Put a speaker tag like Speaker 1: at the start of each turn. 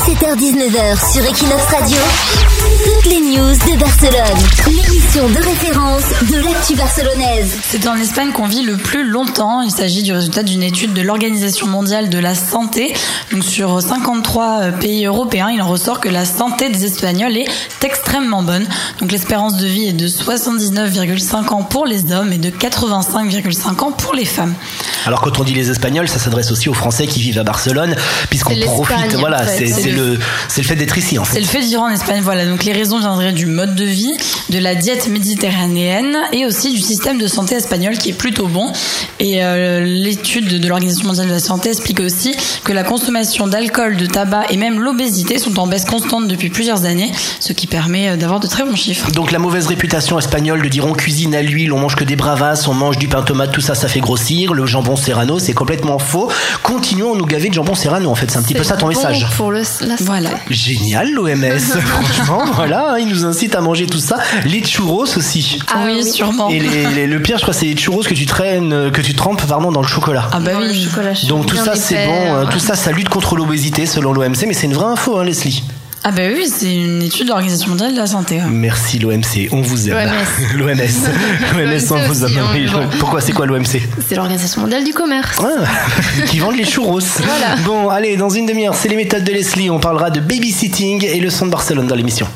Speaker 1: 18h-19h sur Equinox Radio, toutes les news de Barcelone. L'émission de référence de l'actu barcelonaise.
Speaker 2: C'est en Espagne qu'on vit le plus longtemps. Il s'agit du résultat d'une étude de l'Organisation mondiale de la santé. Donc sur 53 pays européens, il en ressort que la santé des Espagnols est extrêmement bonne. Donc l'espérance de vie est de 79,5 ans pour les hommes et de 85,5 ans pour les femmes.
Speaker 3: Alors quand on dit les Espagnols, ça s'adresse aussi aux Français qui vivent à Barcelone, puisqu'on profite. Voilà,
Speaker 2: en fait.
Speaker 3: c'est c'est le, c'est le fait d'être ici en fait.
Speaker 2: C'est le fait de vivre en Espagne, voilà. Donc les raisons viendraient du mode de vie, de la diète méditerranéenne et aussi du système de santé espagnol qui est plutôt bon. Et euh, l'étude de l'Organisation mondiale de la santé explique aussi que la consommation d'alcool, de tabac et même l'obésité sont en baisse constante depuis plusieurs années, ce qui permet euh, d'avoir de très bons chiffres.
Speaker 3: Donc la mauvaise réputation espagnole de dire on cuisine à l'huile, on mange que des bravas, on mange du pain tomate, tout ça, ça fait grossir. Le jambon serrano, c'est complètement faux. Continuons à nous gaver de jambon serrano. En fait, c'est un petit peu ça ton
Speaker 4: bon
Speaker 3: message.
Speaker 4: Pour le, la santé.
Speaker 2: Voilà.
Speaker 3: Génial l'OMS, franchement, voilà, hein, il nous incite à manger tout ça. Les churros aussi.
Speaker 2: Ah oui, sûrement.
Speaker 3: Et les- les- le pire, je crois, c'est les churros que tu traînes, euh, que tu trempes, pardon, dans le chocolat.
Speaker 2: Ah bah
Speaker 4: Dans le
Speaker 2: oui.
Speaker 4: chocolat chaud,
Speaker 3: Donc tout
Speaker 4: bien hein. Ah,
Speaker 3: ça, c'est
Speaker 4: épais,
Speaker 3: bon, euh,
Speaker 4: ouais.
Speaker 3: tout ça, ça lutte contre l'obésité selon l'OMC, mais c'est une vraie info, hein, Leslie.
Speaker 2: Ah bah oui, c'est une étude de l'Organisation mondiale de la santé. hein.
Speaker 3: Merci l'OMC, on vous aime.
Speaker 4: L'OMS.
Speaker 3: L'OMS, l'OMS, on
Speaker 4: L'OMC
Speaker 3: vous
Speaker 4: aussi,
Speaker 3: aime.
Speaker 4: hein,
Speaker 3: Oui,
Speaker 4: bon.
Speaker 3: Pourquoi, c'est quoi l'OMC
Speaker 4: C'est l'Organisation mondiale du commerce.
Speaker 3: Ah, qui vendent les churros. Bon, allez, dans une demi-heure, c'est les méthodes de Leslie. On parlera de babysitting et le son de Barcelone dans l'émission.